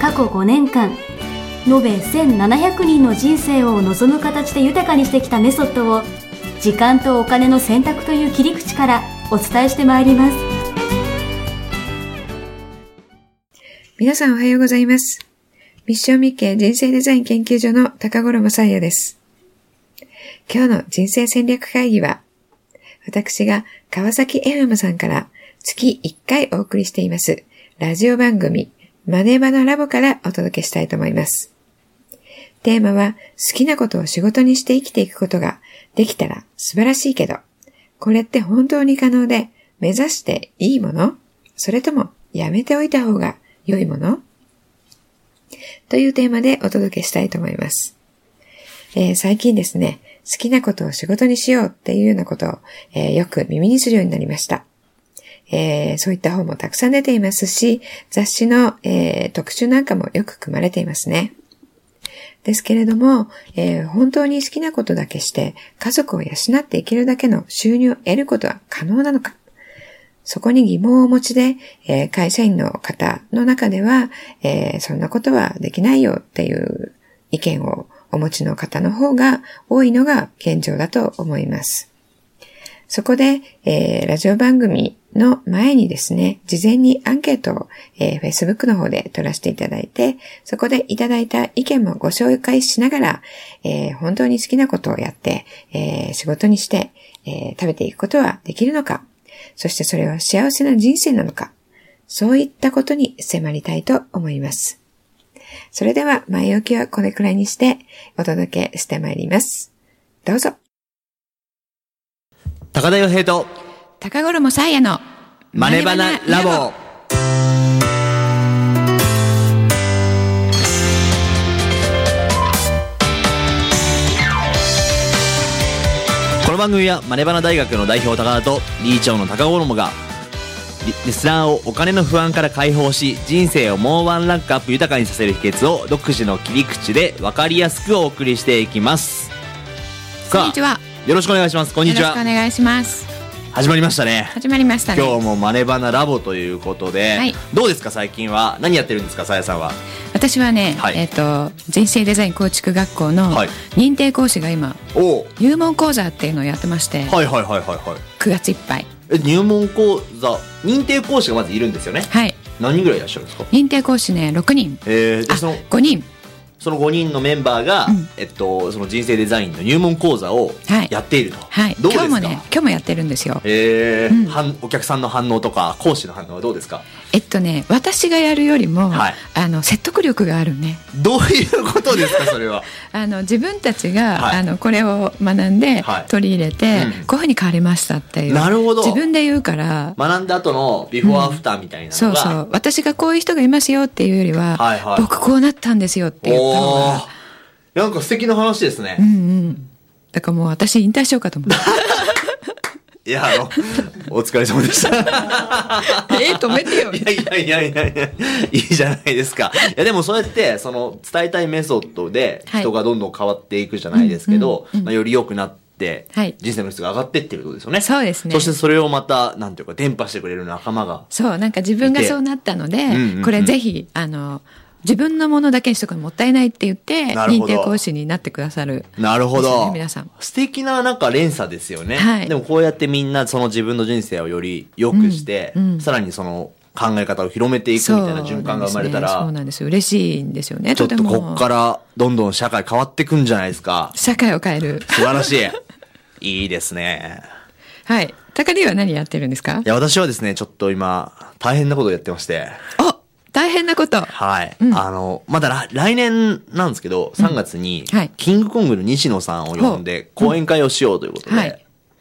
過去5年間延べ1700人の人生を望む形で豊かにしてきたメソッドを時間とお金の選択という切り口からお伝えしてまいります皆さんおはようございます。ミッションミッケ人生デザイン研究所の高頃正也です。今日の人生戦略会議は、私が川崎 FM さんから月1回お送りしています、ラジオ番組、マネバのラボからお届けしたいと思います。テーマは、好きなことを仕事にして生きていくことができたら素晴らしいけど、これって本当に可能で、目指していいものそれともやめておいた方が良いものというテーマでお届けしたいと思います。えー最近ですね、好きなことを仕事にしようっていうようなことを、えーよく耳にするようになりました。えーそういった本もたくさん出ていますし、雑誌の、えー特集なんかもよく組まれていますね。ですけれども、えー本当に好きなことだけして家族を養っていけるだけの収入を得ることは可能なのかそこに疑問をお持ちで、えー会社員の方の中では、えーそんなことはできないよっていう意見をお持ちの方の方が多いのが現状だと思います。そこで、えーラジオ番組の前にですね、事前にアンケートを、えー Facebook の方で取らせていただいて、そこでいただいた意見もご紹介しながら、えー本当に好きなことをやって、えー仕事にして、えー食べていくことはできるのか、そしてそれは幸せな人生なのか、そういったことに迫りたいと思います。それでは前置きはこれくらいにしてお届けしてまいります。どうぞ。高田洋平と高頃もさやのマネバナラボ。この番組はマネバナ大学の代表高田と理事長の高衣がリリスナーをお金の不安から解放し人生をもうワンランクアップ豊かにさせる秘訣を独自の切り口で分かりやすくお送りしていきますこんにちは。よろしくお願いしますこんにちよろしはくお願いします。始まりましたね始まりましたね。今日もマネバナラボということで、はいどうですか最近は何やってるんですかさやさんは私はね、はいえっ、と人生デザイン構築学校のはい認定講師が今お入門講座っていうのをやってまして、はいはいはいはいはい9月いっぱい。え入門講座認定講師がまずいるんですよねはい。何人ぐらいいらっしゃるんですか認定講師ね、6人。えー、であその、 5人。その5人のメンバーが、うんえっと、その人生デザインの入門講座をはいやっていると、はい。どうですか今日もね、今日もやってるんですよ。えーうん反お客さんの反応とか講師の反応はどうですかえっとね、私がやるよりも、はいあの説得力があるね。どういうことですかそれは あの自分たちが、はいあのこれを学んで、はい取り入れて、うんこういうふうに変わりましたっていう。なるほど自分で言うから、学んだ後のビフォーアフターみたいなそのうが、そう私がこういう人がいますよっていうよりは、はいはい僕こうなったんですよって言ったお方ーがなんか素敵な話ですね、うんうんだからもう私引退しようかと 思っていや、あ の、お疲れ様でした。えー止めてよいやいやいやいやいや、いいじゃないですか。いや、でもそうやって、その、伝えたいメソッドで、はい人がどんどん変わっていくじゃないですけど、まあ、より良くなって、はい人生の質が上がってってることですよね。そうですねそしてそれをまた、なんていうか、伝播してくれる仲間が。そうなんか自分がそうなったので、うんうんうんこれぜひあの自分のものだけにしとくのもったいないって言ってなるほど認定講師になってくださるなるほですよど。ね皆さん素敵ななんか連鎖ですよね。はいでもこうやってみんなその自分の人生をより良くして、うんうんさらにその考え方を広めていくみたいな循環が生まれたら、そうなんですねそうなんです嬉しいんですよねちょっとてとこもっからどんどん社会変わってくんじゃないですか。社会を変える素晴らし い。いいですね。はい高利は何やってるんですかいや、私はですね、ちょっと今、大変なことをやってまして。お大変なことはい。うんあの、まだら来年なんですけど、3月に、はいキングコングの西野さんを呼んで、講演会をしようということで。はい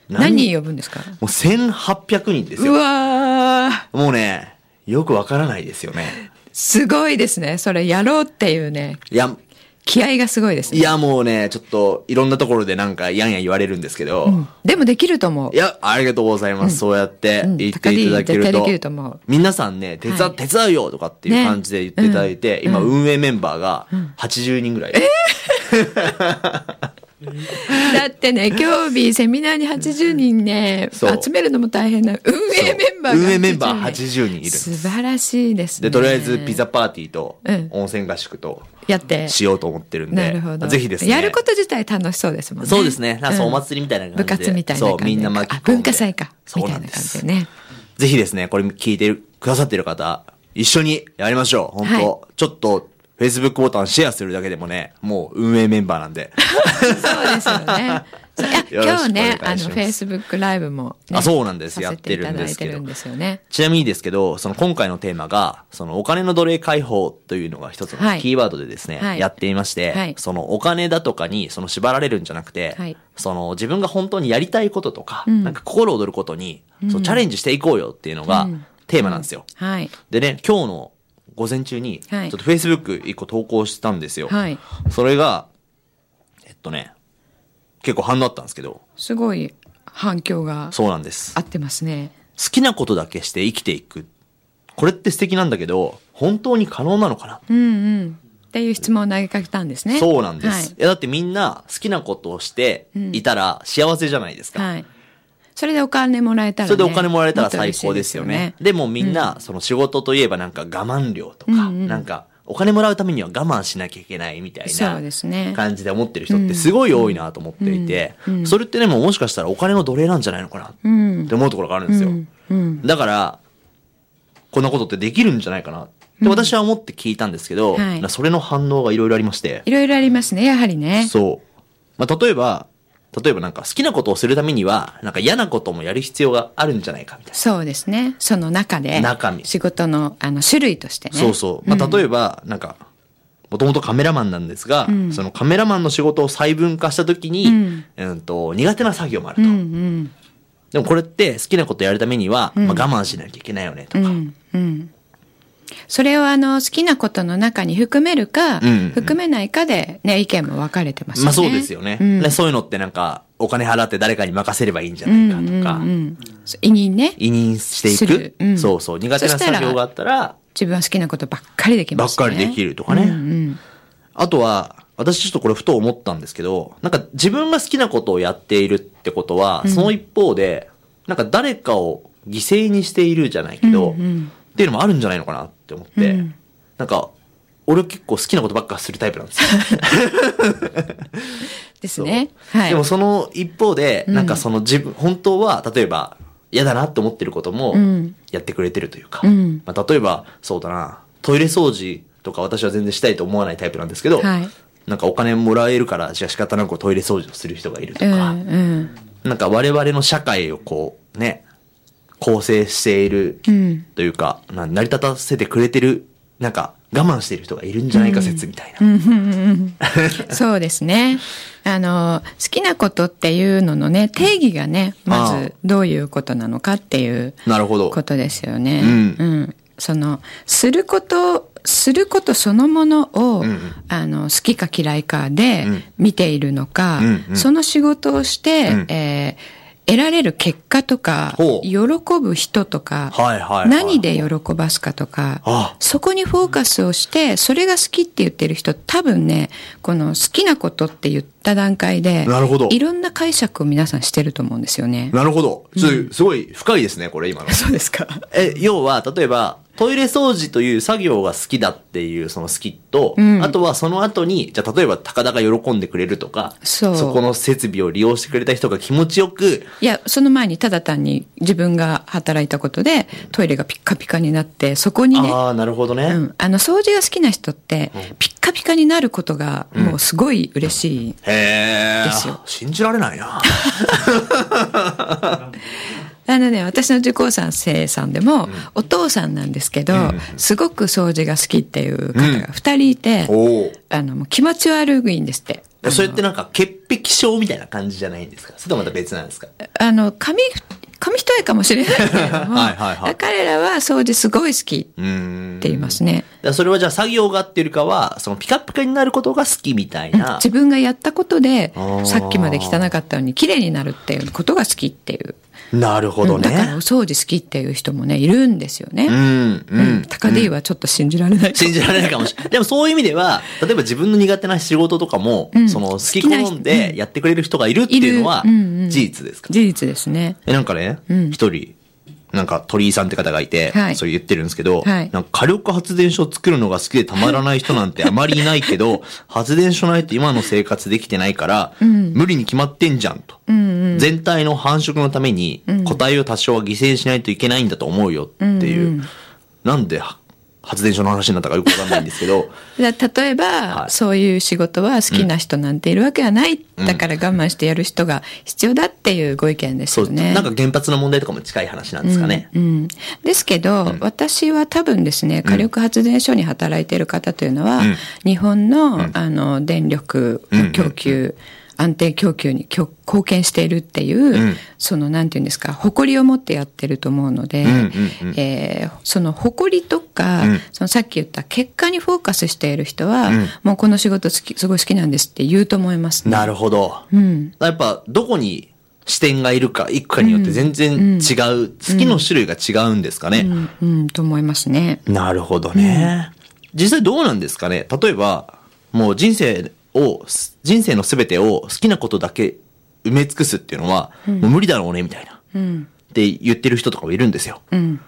何人呼ぶんですかもう1800人ですうよ。わーもうね、よくわからないですよね。すごいですね。それやろうっていうね、いや、気合がすごいですね。いやもうね、ちょっといろんなところでなんかやんやん言われるんですけど、うんでもできると思うい。や、ありがとうございます。そうやってうん言っていただける高木絶対でと。きると思う皆さんね、手伝、はい手伝うよとかっていうね感じで言っていただいて、うん今うん運営メンバーが80人ぐらい。だっ てね、今日日セミナーに80人ね、そう集めるのも大変な。運営メンバーそがう運営メンバー80人いるんです素晴らしいですね。で、とりあえずピザパーティーとうん温泉合宿とやって。しようと思ってるんなでるほ、ど。ぜひですね。やること自体楽しそうですもんね。そうですね。なんかそうおん祭りみたいな感じで。部活みたいな感じそう、みんな巻き込んあで。文化祭か。そみうたないんなで感じすで。ね。ぜひですね、これ聞いてるくださってる方、一緒にやりましょう。本当、ちょっと、Facebook ボタンシェアするだけでもね、もう運営メンバーなんで。そうですよね。そういや よろしくお願い今日ねし、ますあの、Facebook ライブもね。あそうなんですさせいただいてやってるるんんでですよね。ちなみにですけど、その今回のテーマが、そのお金の奴隷解放というのが一つのはいキーワードでですね、はいやっていまして、はいそのお金だとかにその縛られるんじゃなくて、はいその自分が本当にやりたいこととか、んなんか心躍ることに、そうチャレンジしていこうよっていうのがうんテーマなんですよ。はい。でね、今日の午前中に、ちょはっいと Facebook 一個投稿したんですよ。はい。それが、えっとね、結構反応あったんですけど、すごい反響がそうなんです。合ってますね。好きなことだけして生きていく。これって素敵なんだけど、本当に可能なのかな、うんうん。っていう質問を投げかけたんですね。そうなんです、はいい。や、だってみんな好きなことをしていたら幸せじゃないですか。はい。それでお金もらえたら、ね、それでお金もらえたら最高ですよもっね。と嬉しいでもみんな、その仕事といえばなんか我慢量とか、うんうんなんかお金もらうためには我慢しなきゃいけないみたいそうですなね感じで思ってる人ってすごい多いなと思っていて、それってでももしかしたらお金の奴隷なんじゃないのかなって思うところがあるんですよ。うんだから、こんなことってできるんじゃないかなって私は思って聞いたんですけど、はいなんかそれの反応がいろいろありまして、いろいろありますね、やはりね。そう。まあ、例えば、例えばなんか好きなことをするためには、なんか嫌なこともやる必要があるんじゃないかみたいな。そうですね。その中で。中身仕事の、あの、種類としてね。そうそう。まあ、例えば、なんか、もともとカメラマンなんですが、そのカメラマンの仕事を細分化したときに、うん、と、苦手な作業もあると。うんうん。でもこれって好きなことやるためには、まあ、我慢しなきゃいけないよね、とか。うんうん。それをあの、好きなことの中に含めるか、んうん含めないかでね、意見も分かれてますよね。まあそうですよね、うんでそういうのってなんか、お金払って誰かに任せればいいんじゃないかとか、うんうん。委任ね。委任してすいくる、うんそうそう。苦手なそしたら作業があったら、自分は好きなことばっかりできばまっす、ね。かりできるとかね。あとは、私ちょっとこれふと思ったんですけど、なんか自分が好きなことをやっているってことは、その一方で、なんか誰かを犠牲にしているじゃないけど、っていうのもあるんじゃないのかなって思って、なんか、俺結構好きなことばっかするタイプなんですよ。ですね。はい。でもその一方で、なんかその自分、本当は、例えば、嫌だなって思ってることもん、やってくれてるというか、んまあ、例えば、そうだな、トイレ掃除とか私は全然したいと思わないタイプなんですけど、はいなんかお金もらえるから、じゃあ仕方なくトイレ掃除をする人がいるとうんか、うん。なんか我々の社会をこう、ね、構成しているんというか、な成り立たせてくれてる、なんか我慢してる人がいるんじゃないか説みたいな。 そうですね。あの、好きなことっていうののね、定義がね、まああずどういうことなのかっていうなるほど。ことですよね。うんうんその、すること、することそのものを、んあの、好きか嫌いかでうん見ているのか、うんうんその仕事をして、うんえー得られる結果とか、ほう喜ぶ人とか、はいはいはい何で喜ばすかとか、あそこにフォーカスをして、それが好きって言ってる人、多分ね、この好きなことって言った段階で、なるほどいろんな解釈を皆さんしてると思うんですよね。なるほど。ちょっとすごい深いですね、これ今の。そうですか。 え、要は、例えば、トイレ掃除という作業が好きだっていう、その好きと、んあとはその後に、じゃあ例えば、高田が喜んでくれるとか、そうこの設備を利用してくれた人が気持ちよく、いや、その前にただ単に自分が働いたことでトイレがピッカピカになって、そこにね、ああ、なるほどね、うん、あの掃除が好きな人って、ピッカピカになることがもうすごい嬉しい。へえですよ。信じられないな。あのね、私の受講さん生さんでも、お父さんなんですけど、すごく掃除が好きっていう方が二人いて、おお。あの、もう気持ち悪いんですって。それってなんか、潔癖症みたいな感じじゃないんですかそれとまた別なんですかあの、髪、紙一重かもしれないけれども、 はいはいはい彼らは掃除すごい好きってうん。言いますね。だからそれはじゃあ作業がっていうよりかは、そのピカピカになることが好きみたいな。自分がやったことであーさっきまで汚かったのに綺麗になるっていうことが好きっていう、なるほどうんだからねお。掃除好きっていう人もねいるんですよね、うん、ううんん。高 D はちょっと信じられない、 信じられないかもしれない。でもそういう意味では、例えば自分の苦手な仕事とかも、んその好き好んでやってくれる人がいるっていうのはいるうんうん事実ですか、事実ですねえ、なんかね、一、ん人、なんか鳥居さんって方がいて、はいそれ言ってるんですけど、はいなんか火力発電所を作るのが好きでたまらない人なんてあまりいないけど、発電所ないと今の生活できてないから、無理に決まってんじゃんと。全体の繁殖のために、個体を多少は犠牲しないといけないんだと思うよっていう。なんでは発電所の話になったかよくわかんないんですけど、だから例えば、はいそういう仕事は好きな人なんているわけはない、だから我慢してやる人が必要だっていうご意見ですそよう、ねなんか原発の問題とかも近い話なんですかね。うん、ですけど、私は多分ですね火力発電所に働いている方というのは、ん日本の,、あの電力の供給、安定供給にきょ貢献しているっていう、んそのなんていうんですか誇りを持ってやってると思うので、んうんえーその誇りとか、うんそのさっき言った結果にフォーカスしている人は、んもうこの仕事好きすごい好きなんですって言うと思いますね。なるほど。うんやっぱどこに視点がいるか一くかによって全然違う、好きの種類が違うんですかね、うん、うん、と思いますね。なるほどね、実際どうなんですかね例えばもう人生を人生の全てを好きなことだけ埋め尽くすっていうのは、もう無理だろうねみたいな、って言ってる人とかもいるんですよ、ん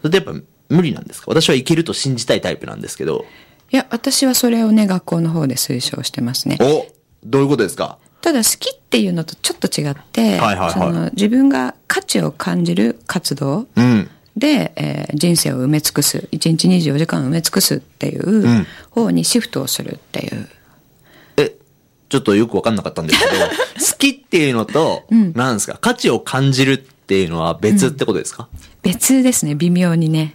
それってやっぱ無理なんですか私はいけると信じたいタイプなんですけどいや、私はそれをね、学校の方で推奨してますね。おどういうことですかただ好きっていうのとちょっと違って、はいはいはいその自分が価値を感じる活動うんで、えー人生を埋め尽くす、1日24時間埋め尽くすっていううん方にシフトをするっていう。え、ちょっとよくわかんなかったんです けど、好きっていうのと、なんですか、価値を感じるっていうのは別ってことですか、別ですね、微妙にね。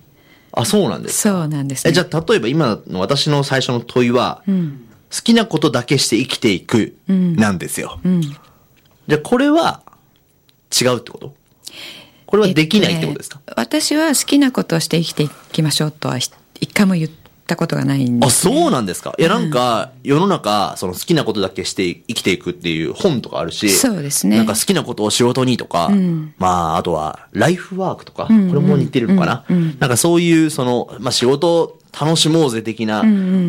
あ、そうなんです。そうなんです、ね。え、じゃあ、例えば今の私の最初の問いは、好きなことだけして生きていく、なんですよ。じゃあ、これは違うってことこれはできないってことですか、えっとね私は好きなことをして生きていきましょうとはひ一回も言ったことがないんであ、すね、そうなんですかいや、なんか、世の中、その好きなことだけして生きていくっていう本とかあるし、そうですねなんか好きなことを仕事にとか、まあ、あとは、ライフワークとか、これも似てるのかな、なんかそういう、その、まあ仕事を楽しもうぜ的な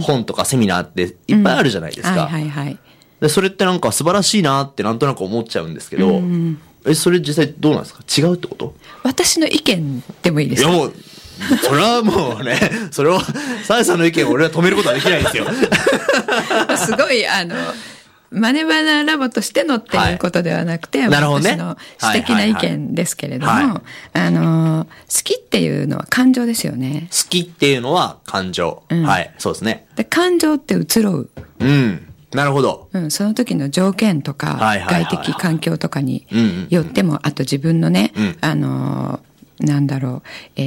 本とかセミナーっていっぱいあるじゃないですか。はいはいはい。でそれってなんか素晴らしいなってなんとなく思っちゃうんですけど、え、それ実際どうなんですか違うってこと私の意見でもいいでいすやかもう、それはもうね、それを、さやさんの意見を俺は止めることはできないんですよ。すごい、あの、マネバナラボとしてのっていうことではなくて、はいなるほどね私の私的な意見ですけれども、はいはいはいあの、好きっていうのは感情ですよね。好きっていうのは感情。はい、そうですね。で感情って移ろう。うん。なるほど。うん、その時の条件とか、はいはいはいはい外的環境とかにうんうんよっても、あと自分のね、んあの、なんだろう、え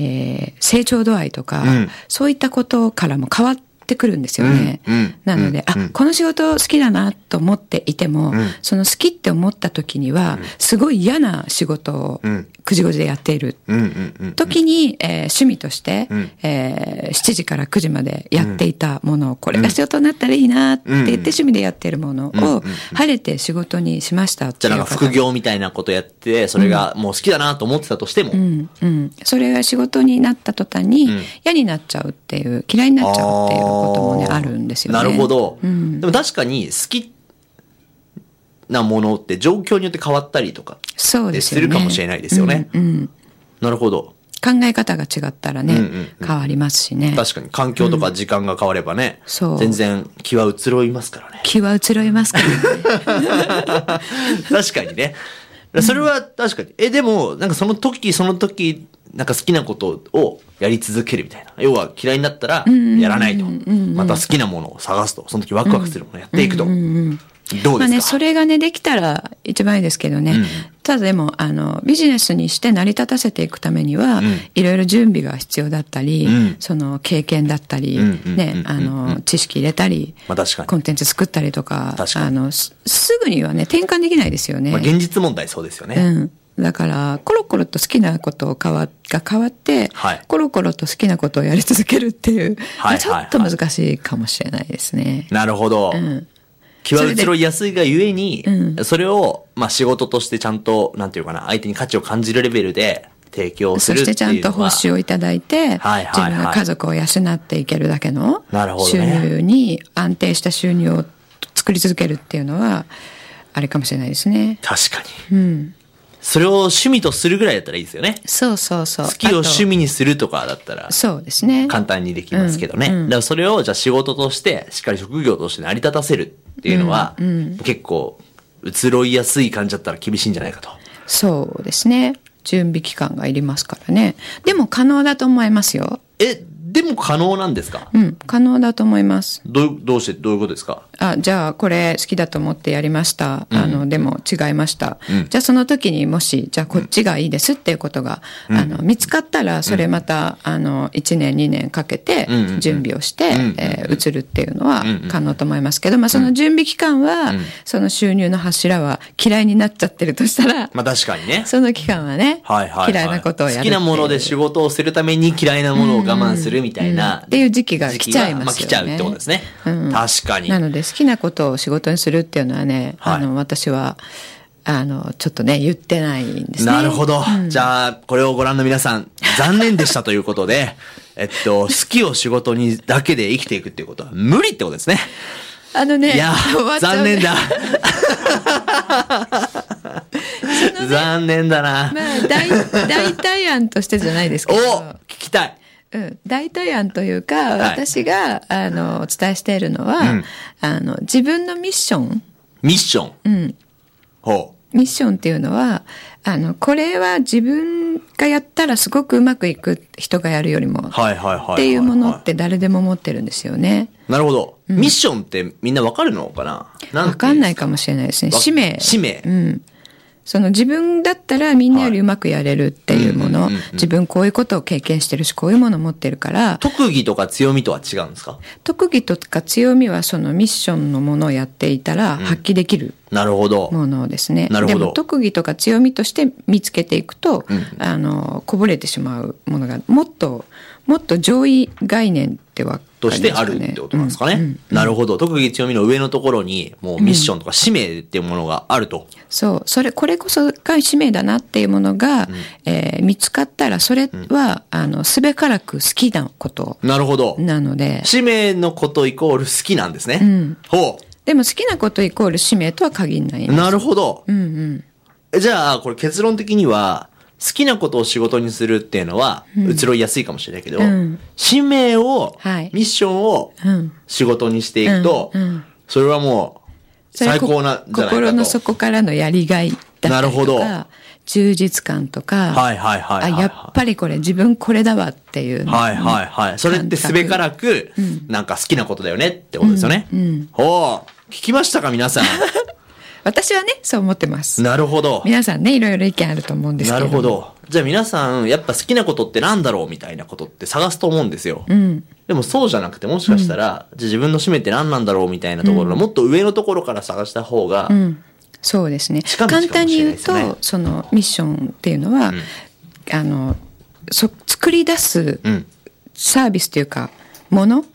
ー成長度合いとか、んそういったことからも変わってくるんですよね。うんうんなので、あ、この仕事好きだなと思っていても、その好きって思った時には、すごい嫌な仕事をんくじごじでやっているうんうんうん。時に、えー趣味として、んえー7時から9時までやっていたものを、これが仕事になったらいいなって言って趣味でやってるものを、晴れて仕事にしましたっじていゃあうなん方か副も業みたいなことやって、それがもう好きだなと思ってたとしても。うんうん、それが仕事になった途端に、嫌になっちゃうっていう嫌いになっちゃうっていうこともねあるんですよね。なるほど。うん、でも確かに好きなものって状況によって変わったりとかそうですよね。するかもしれないですよねうんうんなるほど。考え方が違ったらね、うんうん変わりますしね。確かに環境とか時間が変わればね、そう全然気は移ろいますからね。気は移ろいますからね。確かにね。それは確かに。え、でも、なんかその時その時、なんか好きなことをやり続けるみたいな。要は嫌いになったらやらないと。また好きなものを探すと。その時ワクワクするものをやっていくと。どうまあでね、すかそれがね、できたら一番いいですけどね。ただでも、あの、ビジネスにして成り立たせていくためには、いろいろ準備が必要だったり、んその経験だったり、うんうんね、あの、知識入れたり、まあ確かにコンテンツ作ったりとか、確かにあの、すすぐにはね、転換できないですよね。まあ現実問題そうですよね。うん。だから、コロコロと好きなことを変わ、が変わって、はいコロコロと好きなことをやり続けるっていう、はいはいはいちょっと難しいかもしれないですね。なるほど。うん。気は移ろいやすいがゆえに、それうんを、まあ仕事としてちゃんと、なんていうかな、相手に価値を感じるレベルで提供すそるっしいててうちゃんと報酬を。をいただいて、はいはいはい自分が家族を養っていけるだけのなるほど収ね入に、安定した収入を作り続けるっていうのは、あれかもしれないですね。確かに。うん。それを趣味とするぐらいだったらいいですよね。そうそうそう。好きを趣味。味にするとかだったら、そうですね。簡単にできますけどね。うんうんだからそれを、じゃあ仕事として、しっかり職業として成り立たせるっていうのは、結構、移ろいやすい感じだったら厳しいんじゃないかと。そうですね。準備期間がいりますからね。でも可能だと思いますよ。え、でも可能なんですかうん、可能だと思います。どう、どうして、どういうことですかあ、じゃあこれ好きだと思ってやりました。あの、でも違いました。じゃあその時にもし、じゃあこっちがいいですっていうことが、あの、見つかったら、それまた、あの、1年2年かけてんうんうん準備をして、えー移るっていうのはうん可能と思いますけど、まあその準備期間は、その収入の柱は嫌いになっちゃってるとしたら、まあ確かにね。その期間はね、はいはい、はい。嫌いなことをやるっ好てきいなうもので仕事をするために嫌いなものを我慢するみたいな。っていう時期が来ちゃいます時よね期がまあ来ちゃうってことですね。うん確かに。なので好きなことを仕事にするっていうのはね、はいあの私はあのちょっとね言ってないんですね。なるほど。じゃあ、これをご覧の皆さん、残念でしたということ で、えっと、好きを仕事にだけで生きていくっていうことは無理ってことですね。あのねいや終わ、っちゃう残ね念だ。残念だな。まあ代代替案としてじゃないですけおど。聞きたい。うん、代替案というか、い私があのお伝えしているのは、んあの自分のミッションミッション。んほう。ミッションっていうのは、あの、これは自分がやったらすごくうまくいく人がやるよりも、はいはいはいはいはい。っていうものって誰でも持ってるんですよね。なるほど。ミッションってみんなわかるのかななわかんないかかもしれないですね。わ使命。使命うん。その自分だったらみんなよりうまくやれるっていうもの、自分こういうことを経験してるし、こういうものを持ってるから、特技とか強みとは違うんですか特技とか強みはそのミッションのものをやっていたら発揮できるなるほど。ものですね。なるほどでも特技とか強みとして見つけていくと、あの、こぼれてしまうものが、もっと、もっと上位概念ってわかりとますしかね。てあるってことなんですかね。なるほど。特技強みの上のところに、もうミッションとか使命っていうものがあると。そう、それ、これこそが使命だなっていうものが、えー見つかったら、それは、あの、すべからく好きなことなるほど。なので、使命のことイコール好きなんですね。んほでも好きなことイコール使命とは限らない。う。なるほど。うんうん。じゃあ、これ結論的には、好きなことを仕事にするっていうのは、移ろいやすいかもしれないけど、うん使命を、はいミッションをうん仕事にしていくと、うんうんそれはもう、それ最高なんじゃないかと。心の底からのやりがいだったりとか、なるほど充実感とか、はいはいはいはいはいあ、やっぱりこれ自分これだわっていう。はいはいはい。それってすべからく、なんか好きなことだよねってことですよね。ほう。聞きましたか皆さん。私はね、そう思ってます。なるほど。皆さんね、いろいろ意見あると思うんですけなれどるも。ほど。じゃあ皆さん、やっぱ好きなことってなんだろうみたいなことって探すと思うんですよ。でもそうじゃなくて、もしかしたら、じゃあ自分の使命って何なんだろうみたいなところの、もっと上のところから探した方が、うん、そうですね近道かも簡しれない単に言ですうと、ねそのミッションっていうのは、あのそ作り出すうんサービスというかものん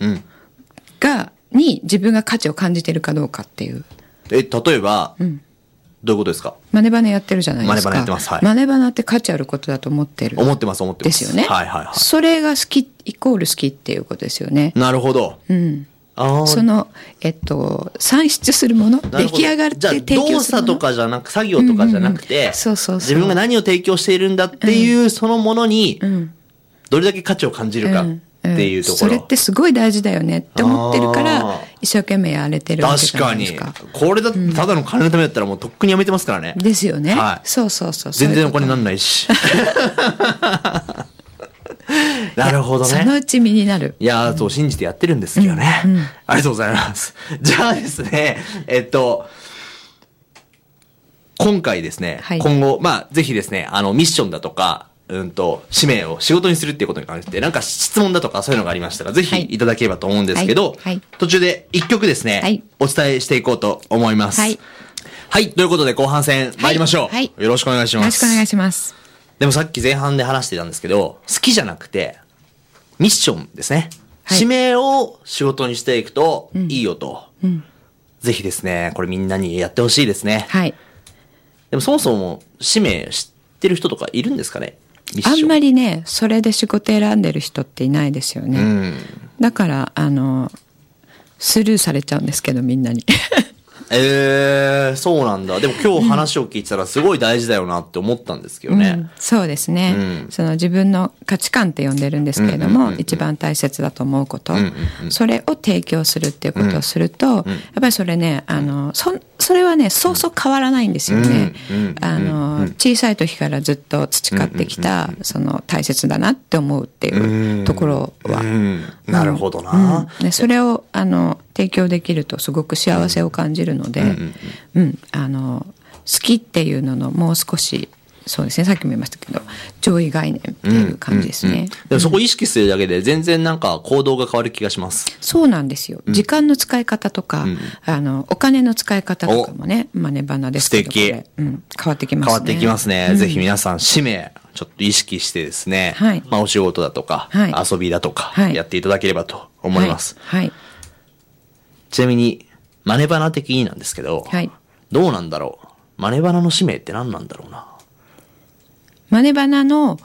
が、に自分が価値を感じてるかどうかっていう。え、例えば、どういうことですかマネバネやってるじゃないですマネバか。ネやってますはいマネバネって価値あることだと思ってる。思ってます、思ってま。ですすよね。はいはいはそれが好き、イコール好きっていうことですよねい。。なるほど。うん。あーその、えっと、算出するもなの、る出ほど来上がってじゃあ提供動する作もの。とかじゃなく作業とかじゃなくて、うんうんうんそうそうそ自う分が何を提供しているんだっていうそのものに、どれだけ価値を感じるかっていうとこんろ、それってすごい大事だよねって思ってるかあらー一生懸命やれてるわけじ確ゃなかいでにすかこれだってただの金のためだったらもうとっくにやめてますからね、ですよね、はいそうそうそう全然お金なになんない し なるほどそのねうち身になるいやーそう信じてやってるんですけどね、ありがとうございます じゃあですねえっと今回ですね、はい今後、まあ、ぜひですね、あの、ミッションだとか、うんと、使命を仕事にするっていうことに関して、なんか質問だとかそういうのがありましたら、ぜはひいいただければと思うんですけど、はいはい途中で一曲ですね、はいお伝えしていこうと思います。はいはい、ということで後半戦参りましょう。はいよろしくお願いしよまろしす。くお願いします。でもさっき前半で話してたんですけど、好きじゃなくて、ミッションですね。はい使命を仕事にしていくといいよと。ぜひですね、これみんなにやってほしいですね。はい。でもそもそも使命知ってる人とかいるんですかねミッショあン。んまり。りね、それで仕事選んでる人っていないですよね。うん。だから、あの、スルーされちゃうんですけど、みんなに。えー、そうなんだ。でも今日話を聞いてたらすごい大事だよなって思ったんですけどね。うんそうですね、うんその自分の価値観って呼んでるんですけれども、一番大切だと思うこと、それを提供するっていうことをすると、やっぱりそれねあのそそれはねそうそう変わらないんですよね、あの小さい時からずっと培ってきた、その大切だなって思うっていうところは、うん。なるほどな。うんね、それをあの提供できるとすごく幸せを感じるので、うんあの好きっていうののもう少しそうですねさっきも言いましたけど上位概念っていう感じですね、でもそこ意識するだけで全然なんか行動が変わる気がします。そうなんですよ、時間の使い方とか、あのお金の使い方とかもねマネバナですけど素敵これうん、変わってきますね変わってきますね。ぜひ皆さん、使命、ちょっと意識してですね、はいまあお仕事だとか、はい遊びだとか、はいやっていただければと思います。はい、はいちなみに、マネバナ的になんですけど、はいどうなんだろうマネバナの使命って何なんだろうなマネバナの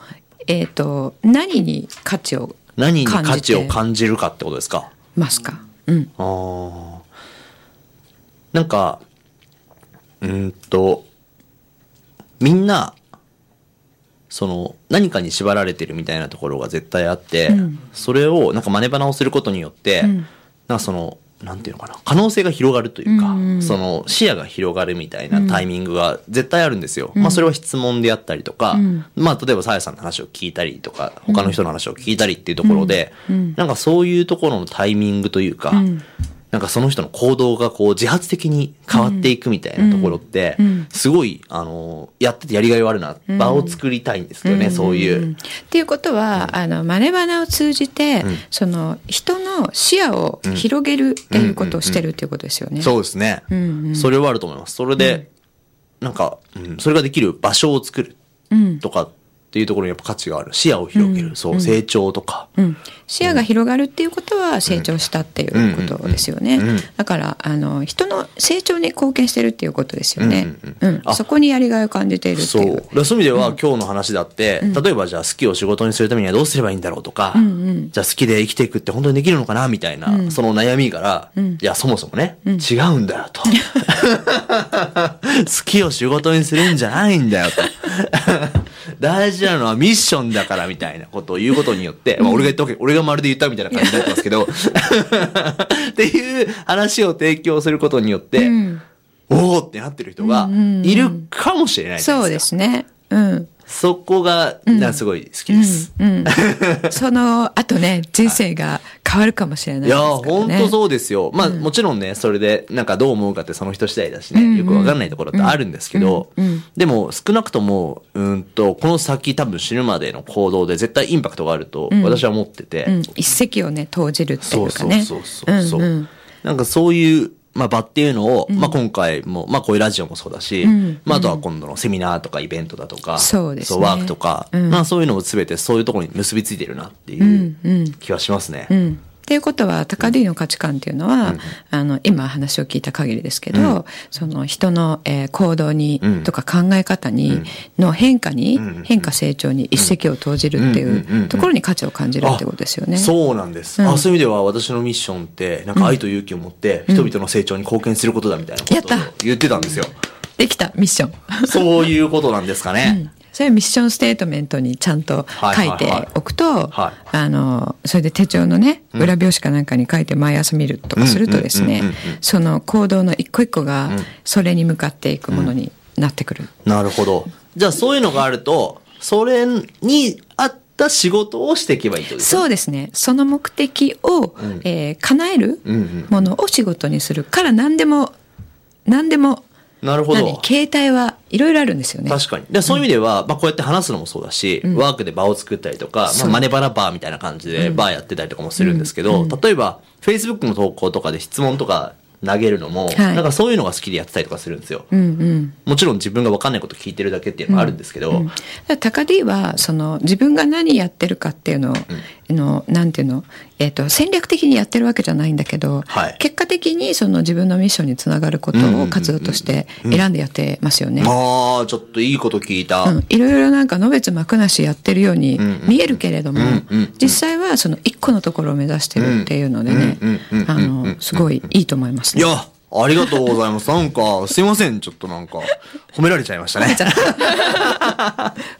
えっ、と何に価値を何に価感じ値てを感じるかってことですかますか、うん、あーなんか、うーんと、みんな、その、何かに縛られてるみたいなところが絶対あって、それを、なんか真似花をすることによって、なんかその、なんていうのかな、可能性が広がるというか、その、視野が広がるみたいなタイミングが絶対あるんですよ。まあ、それは質問であったりとか、まあ、例えば、さやさんの話を聞いたりとか、他の人の話を聞いたりっていうところで、なんかそういうところのタイミングというか、なんかその人の行動がこう自発的に変わっていくみたいなところって、すごい、あの、やっててやりがいはあるな、場を作りたいんですけどね、そういう。っていうことは、あのマネバナを通じて、その人の視野を広げるっていうことをしてるっていうことですよね。そうですね、それはあると思います。それで、なんか、うん、それができる場所を作るとかっていうところにやっぱ価値がある。視野を広げる、そう、成長とか。うん視野が広がるっていうことは成長したっていうことですよね。だからあの人の成長に貢献してるっていうことですよね。うんあそこにやりがいを感じているってそういだう。からそういう意味では、今日の話だって、例えばじゃあ好きを仕事にするためにはどうすればいいんだろうとか、じゃあ好きで生きていくって本当にできるのかなみたいな、その悩みから、いやそもそもね、違うんだよ と好きを仕事にするんじゃないんだよと大事なのはミッションだからみたいなことを言うことによって、まあ、俺が言ったわけ俺がまるで言ったみたいな感じになってます けどっていう話を提供することによって、おーってなってる人がいるかもしれないじゃないそうかですね。うん。そこが、なすごい好きです。その後ね、人生が変わるかもしれないいですやからー、ほんね。とそうですよ。まあ、もちろんね、それで、なんかどう思うかってその人次第だしね、よくわかんないところってあるんですけど、でも、少なくとも、うーんと、この先多分死ぬまでの行動で絶対インパクトがあると、私は思ってて、うん一石をね投じるっていそううかそうね。そうそうそう、んんなんかそういう、まあ、場っていうのを、まあ、今回も、まあ、こういうラジオもそうだし、まあ、あとは今度のセミナーとかイベントだとか、そうですねワークとか、まあ、そういうのも全てそういうところに結びついてるなっていう気はしますね。うんっていうことは、高 D の価値観っていうのは、あの、今話を聞いた限りですけど、その人の、えー行動に、とか考え方に、の変化に、変化成長に一石を投じるっていうところに価値を感じるってことですよね。あそうなんです、あそういう意味では私のミッションってなんか愛と勇気を持って人々の成長に貢献することだみたいなこやっとをた言ってたんです よ、できた、ミッション。 そういうことなんですかね、それはミッションステートメントにちゃんと書いておくと、はいあの、それで手帳のね、裏表紙かなんかに書いて毎朝見るとかするとですね、その行動の一個一個が、それに向かっていくものになってくる。なるほどじゃあそういうのがあるとそれに合った仕事をしていけばいいってことですねそうですね。その目的を、えー叶えるものを仕事にするから何でも、何でも、なるほど何携帯はいろいろあるんですよね。確かに。で、そういう意味では、まあこうやって話すのもそうだし、ワークで場を作ったりとか、まあマネバラバーみたいな感じでバーやってたりとかもするんですけど、例えば、Facebook の投稿とかで質問とか投げるのも、いなんかそういうのが好きでやってたりとかするんですよ。うんうんもちろん自分が分かんないこと聞いてるだけっていうのもあるんですけど、うん、だから高 D はその自分が何やってるかっていうのを、のなんていうの、えー、と戦略的にやってるわけじゃないんだけど、はい結果的にその自分のミッションにつながることを活動として選んでやってますよね。まあ、ちょっといいこと聞いた。うんいろいろなんかのべつ幕なしやってるように見えるけれどもんうんうん実際はその一個のところを目指してるっていうのでうんねうんうんうんあのすごいいいと思いますいね。や、ありがとうございます。なんか、すいません。ちょっとなんか、褒められちゃいましたね。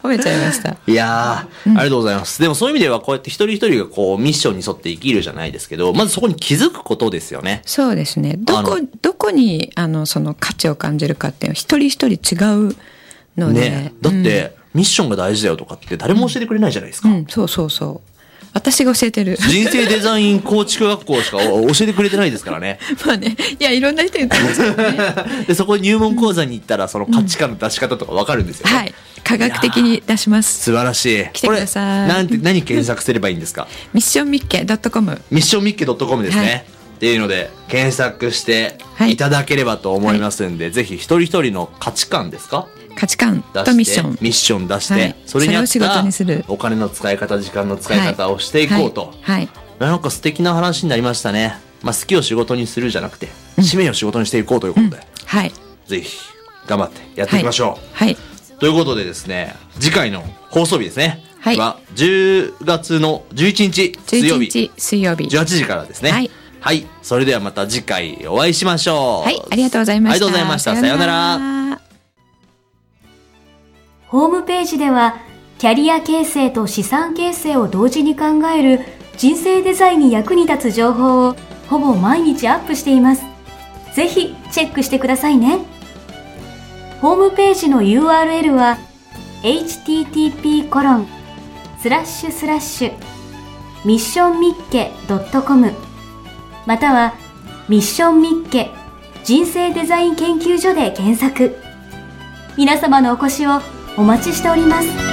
褒めちゃいました。いやー、ありがとうございます。でもそういう意味では、こうやって一人一人がこう、ミッションに沿って生きるじゃないですけど、まずそこに気づくことですよね。そうですね。どあこ、どこに、あの、その価値を感じるかっていうのは一人一人違うので。ね。だって、ミッションが大事だよとかって誰も教えてくれないじゃないですうか。ん、うん、そうそうそう。私が教えてる。人生デザイン構築学校しかお 教えてくれてないですからね。まあね、いや、いろんな人に言ってますけどね。で、そこに入門講座に行ったら、その価値観の出し方とかわかるんですよ、ねはい。科学的に出します。素晴らしい。来てくださこいれなんて、何検索すればいいんですかミッションミッケ .com。ミッションミッケ .com ですね。はいっていうので、検索してはいいただければと思いますんで、ぜひ一人一人の価値観ですか価値観出してとミッション。ミッション出して、はいそれに合っそれを仕事にするたお金の使い方時間の使い方をしていこうと、はい。はいなんか素敵な話になりましたね、まあ、好きを仕事にするじゃなくて使命を仕事にしていこうということで、はい。ぜひ頑張ってやっていきましょう、はい。ということでですね次回の放送日ですね、はい10月の11日水曜11日日水曜日。 18時からですねはい、はい、それではまた次回お会いしましょうはい。ありがとうございました。ありがとうございましたさようならら。ホームページでは、キャリア形成と資産形成を同時に考える人生デザインに役に立つ情報をほぼ毎日アップしています。ぜひチェックしてくださいね。ホームページの URL は http コロンスラッシュスラッシュミッションミッケ .com またはミッションミッケ人生デザイン研究所で検索。皆様のお越しをお待ちしております。